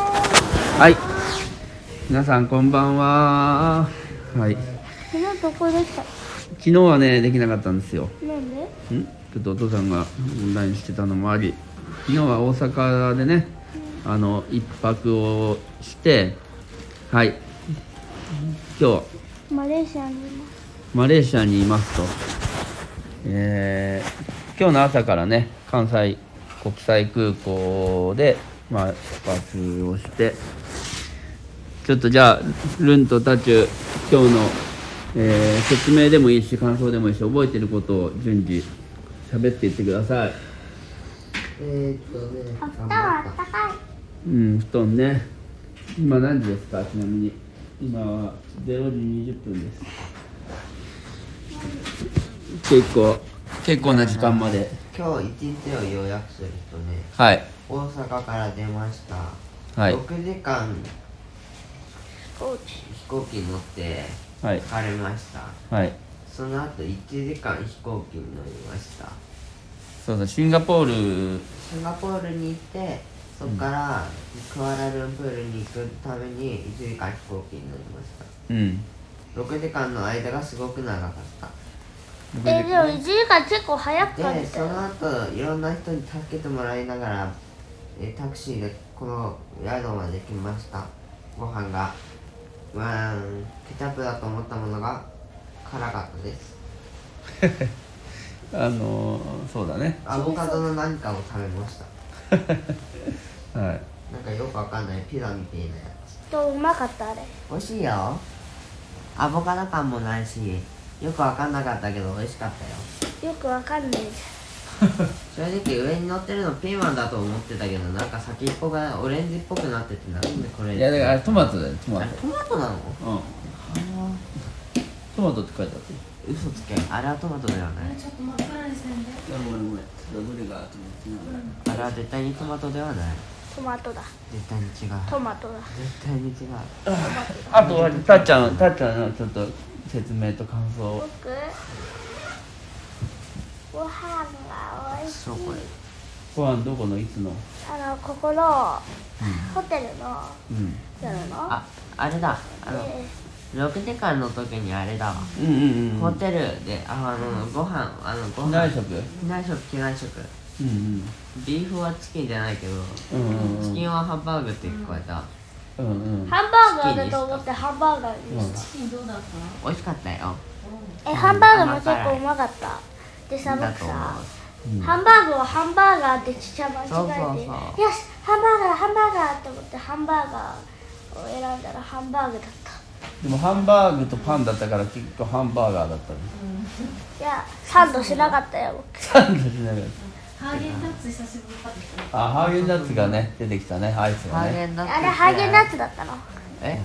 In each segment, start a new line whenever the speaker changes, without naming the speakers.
はい皆さんこんばんははい
昨日どこでした
昨日はねできなかったんですよ
なんで
んちょっとお父さんがオンラインしてたのもあり昨日は大阪でねあの一泊をしてはい今日
マレーシアにいます
マレーシアにいますと、えー今日の朝からね関西国際空港で、まあ、出発をしてちょっとじゃあルンとタチュ今日の、えー説明でもいいし感想でもいいし覚えてることを順次喋っていってください
えー、っとね、
あ蓋
頑
はあ
張
っ
った
かい
うん布団ね今何時ですかちなみに今は0時20分です結構結構な時間まで
た。今日一日を予約するとね、
はい
大阪から出ました。
はい
6時間
おう
飛行機乗って
はい
晴れました。
はい
その後1時間飛行機に乗りました。
そうそうシンガポール
シンガポールに行って、そこからクアラルンプールに行くために1時間飛行機に乗りまし
う
た。
ん
6時間の間がすごく長かった。
えでも1時間結構早く感
で
じた
そ
よ
の後いろんな人に助けてもらいながらえータクシーでこの宿まで来ましたご飯がうーんケチャップだと思ったものが辛かったです
あのーそうだね
アボカドの何かを食べました
はい
なんかよくわかんないピザみたいなやつ
とうまかったあれ
美味しいよアボカド感もないしよくわかんなかったけど美味しかったよ
よくわかんないじ
正直上に乗ってるのピーマンだと思ってたけどなんか先っぽがオレンジっぽくなっててなんでこれ
いやだからあれトマトだよトマ
あ
ト
れトマトなの
うんトマトって書いてあって
嘘つけあれはトマトではな
い
い
やごめんごめんダブルがと思ってながら
あれは絶対にトマトではない
ゃんトマトだ
絶対に違う
トマトだ
絶対に違う
あとはたっちゃんたっちゃんのちょっと説明と感想を
僕ご飯が美味しい
そうこれ
ご飯どこのいつの
あのここのホテルの
うん
夜の
ああれだあの
で
6時間の時にあれだわ
うんうんう
ホ
ん
テルでああのご飯あのご
機
飯
内食
機内食機内食
うん
ビーフはチキンじゃないけど
うんうんうん
チキンはハンバーグって聞こえた
うんうん
ハンバーガーだと思ってハンバーガーにした
美味しかったよ
えハンバーガーも結構うまかったでさ
だ
僕
と思う
さハンバーグはハンバーガーってちっちゃい間違えて
そうそう
よしハンバーガーハンバーガーと思ってハンバーガーを選んだらハンバーグだった
でもハンバーグとパンだったから結構ハンバーガーだ ったね
いやサンドしなかったよ僕
サンドしながら
ハーゲンダッツ久しぶりだった
あハーゲンダッツがね出てきたねアイス
ハ
が
ー
ね
ゲンダッツ
あれハーゲンダ
ツ
ッツだったの
え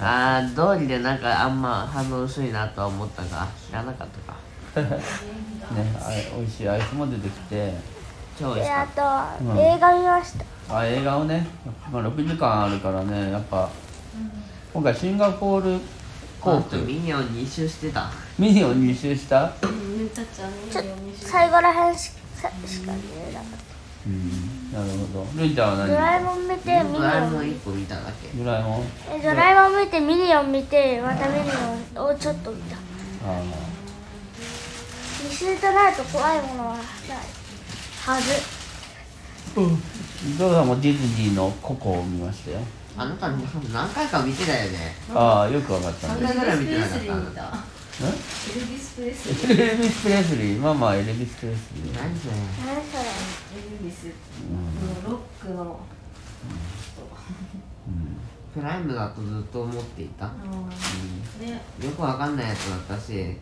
ああどうりでなんかあんま反応薄いなとは思ったが知らなかったか
ねあれ美味しいアイスも出てきて
超美味
で
しか
あ
った
と、
うん
映画見ました
あ映画をね、まあ、6時間あるからねやっぱ今回シンガポール航
コート
空
ミニオン2周してた
ミニを入手した
ねたっちゃ
ち
ん
ょっと
読みし
最後らへんしさしか見えなかっ
うんなるほどルンちゃん
た
は
ドラえ
何
もん見てミニ
ドラえも
オ
ん
ン
1個見ただけ
ドラえもん
えドラえもん見てミニオン見てまたミニオンをちょっと見た
あ
見知れてないと怖いものはないはず
ーゾウさんもディズニーのココを見ましたよ
あなた何回か見てたよね
ああよくわかった
3
ね
回ぐらい見てなかっ
エルビス・プレスリー
た
見たエルビス・プレスリー
エルビス・プレスリーまあまあエルビス・プレスリー
何それ
何それ
エルビスのロックの
プライムだとずっと思っていたよ
あのね
くわかんないやつだったし
し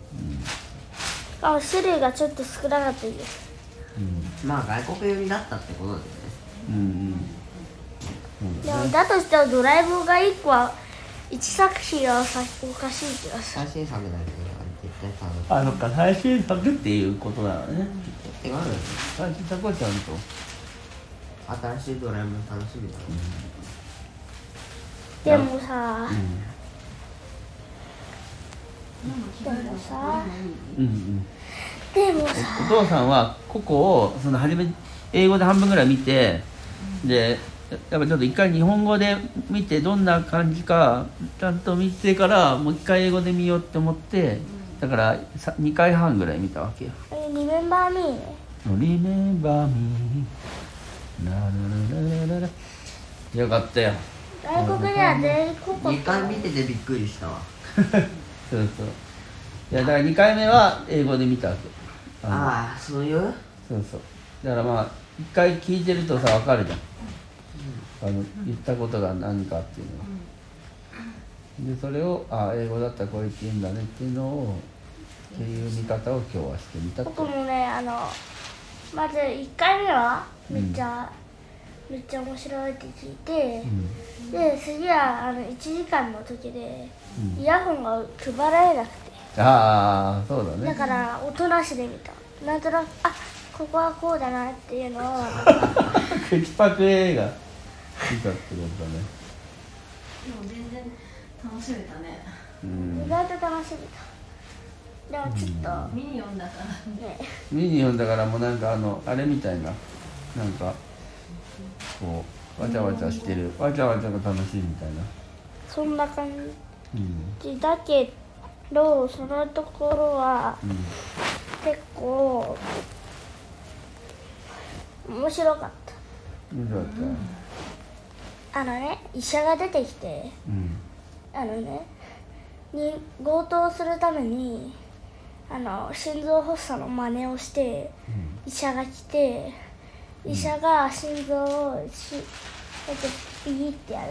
かも種類がちょっと少なかったです
まあ外国読みだったってことだよね
うんうん
でもだとしてはドラえもんが1個は1作品はさおかしい気がする
最新作だよね絶対さ
あのか最新作っていうことなのね
違うよね
最新作はちゃんと
新しいドラえもん楽しみだね
でもさ
でもさ
うんうん
でもさ
お父さんはココをその初め英語で半分ぐらい見てでやっぱちょっと一回日本語で見てどんな感じかちゃんと見てからもう一回英語で見ようって思ってだからさ2回半ぐらい見たわけよ
えリメンバーミーね。
「Remember me」ラララララララよかったよ
外国では全国
2回見ててびっくりしたわ
そうそういやだから2回目は英語で見たわけの
ああそういう
そうそうだからまあ一回聞いてるとさ分かるじゃん、あの言ったことが何かっていうのは、でそれをあ英語だったらこう言って言うんだねっていうのをっていう見方を今日はしてみたって
僕もねあのまず1回目はめっちゃ、めっちゃ面白いって聞いて、で次はあの1時間の時でイヤホンが配られなくて、
ああそうだ
だ
ね
から音なしで見たなんとなくあここはこうだなっていうのを
口パク映画見たってことだね
も全然楽しめたね
うん
意外と楽しめたでもちょっと
ミニオンだから
ね、
ミニオンだからもうなんかあのあれみたいななんかこうわちゃわちゃしてるわちゃわちゃが楽しいみたいな
そんな感
うん
じだけどそのところは
うん
結構面白かっ
面白かったよ
たあのね医者が出てきて
うん
あのねに強盗するためにあの心臓発作の真似をして医者が来て医者が心臓をしえっとピーってやる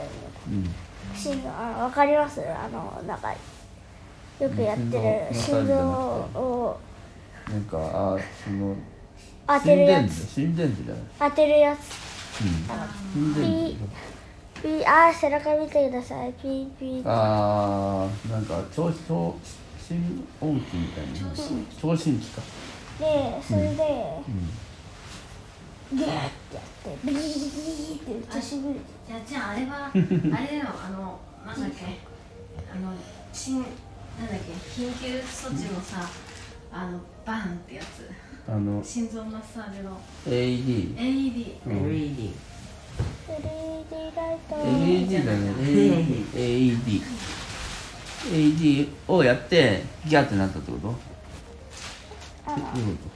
の
うん
心臓あのわかりますあのなんかよくやってる
心
心
臓
臓
マッサージじゃなくて
を
なんかあその
当てるやつ
心電図心電図じゃない、
当てるやつ
うん、心
ピ
電
ー
図
ピーあー背中見てくださいピーピー
ああなんか超超心音機みたいな聴診器か
でそれで、
ん
ギューってやってビリビリビリってめっちゃしびれて
いやじゃああれはあれだよあのなんだっけあの新なんだっけ緊急措置のさあのバンってやつ
あの
心臓マッサージの
AED
AED
うん
LED
フリーライト
AED だね AED AED をやってギャーってなったってこと
あの
どういうこ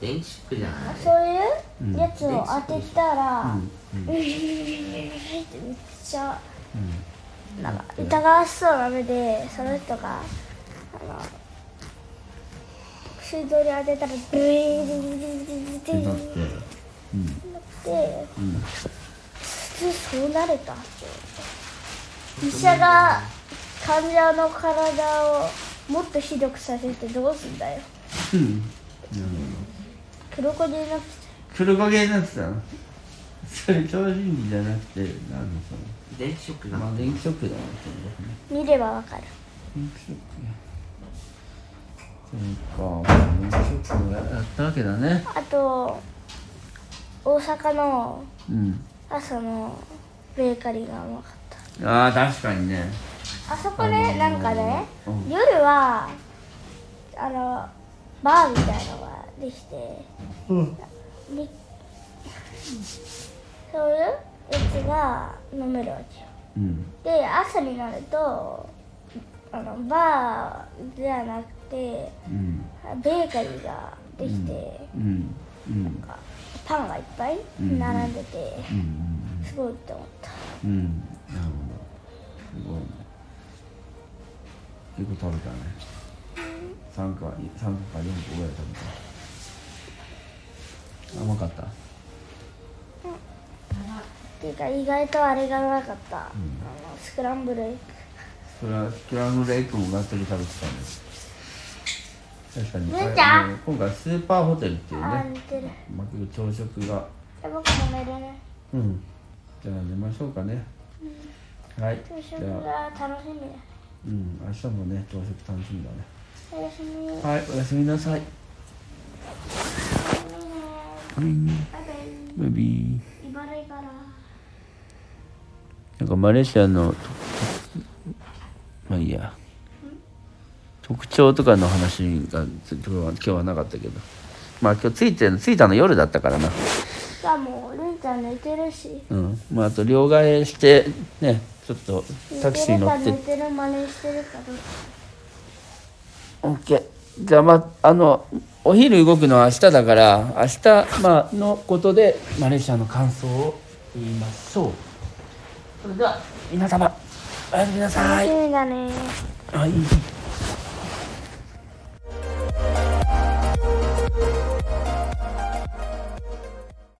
電池ショックじゃない
そういうやつを当てたら、
うん
ビリビリビリビリビリってめっちゃ
とうん
なんか疑わしそうな目でその人があの心臓に当てたらブイーンって
って
な
なっ
ってて普通そうなれたって医者が患者の体をもっとひどくさせてどうすんだよ
うん、うん、なるほど
黒子でなくて
黒焦げになってたのそれ超心理じゃなくて何のそ
電池ショック
れ
だ
まあ電気ショックだねそれね
見ればわかる
電気ショックねそうか電気ショックをやったわけだね
あと大阪の
うん
朝のベーカリーがうまかった
ああ確かにね
あそこね、
あのー
なんかね、
うん
夜はあのバーみたいなのができて、でそういうやつが飲めるわけよ
うん
で朝になるとあのバーではなくて
うん
ベーカリーができて、
うんうん
パンがいっぱい並んでて、
うん
すごいって思った
うんなるほどすごいね結構食べたね3か三個か4個ぐらい食べた甘かった
っていうか意外とあれがうまかった、あのスクランブルエッグ
それはスクランブルエッグもがっつり食べてたんです確かに
むーちゃん
あの今回スーパーホテルっていう
あー
ね
似てる
まあ結構朝食が
で僕も寝るね
うんじゃあ寝ましょうかね、はい
朝
じゃ
食
あ
が楽しみだ
うん明日もね朝食楽しみだね
おやすみバイ
はいおやすみなさい
バイ
ベビー
茨城から
なんかマレーシアのまあいいや特徴とかの話が今日は今日はなかったけどまあ今日着いて着いたの夜だったからな
かもルンちゃん寝てるし
うんまあ、あと両替してねちょっとタクシー乗って
寝てるか寝てる真似してるかどうか
OK じゃあまあのお昼動くのは明日だから明日、まあのことでマレーシアの感想を言いましょうそれでは皆様おやすみなさ
楽
い
しみだね
はい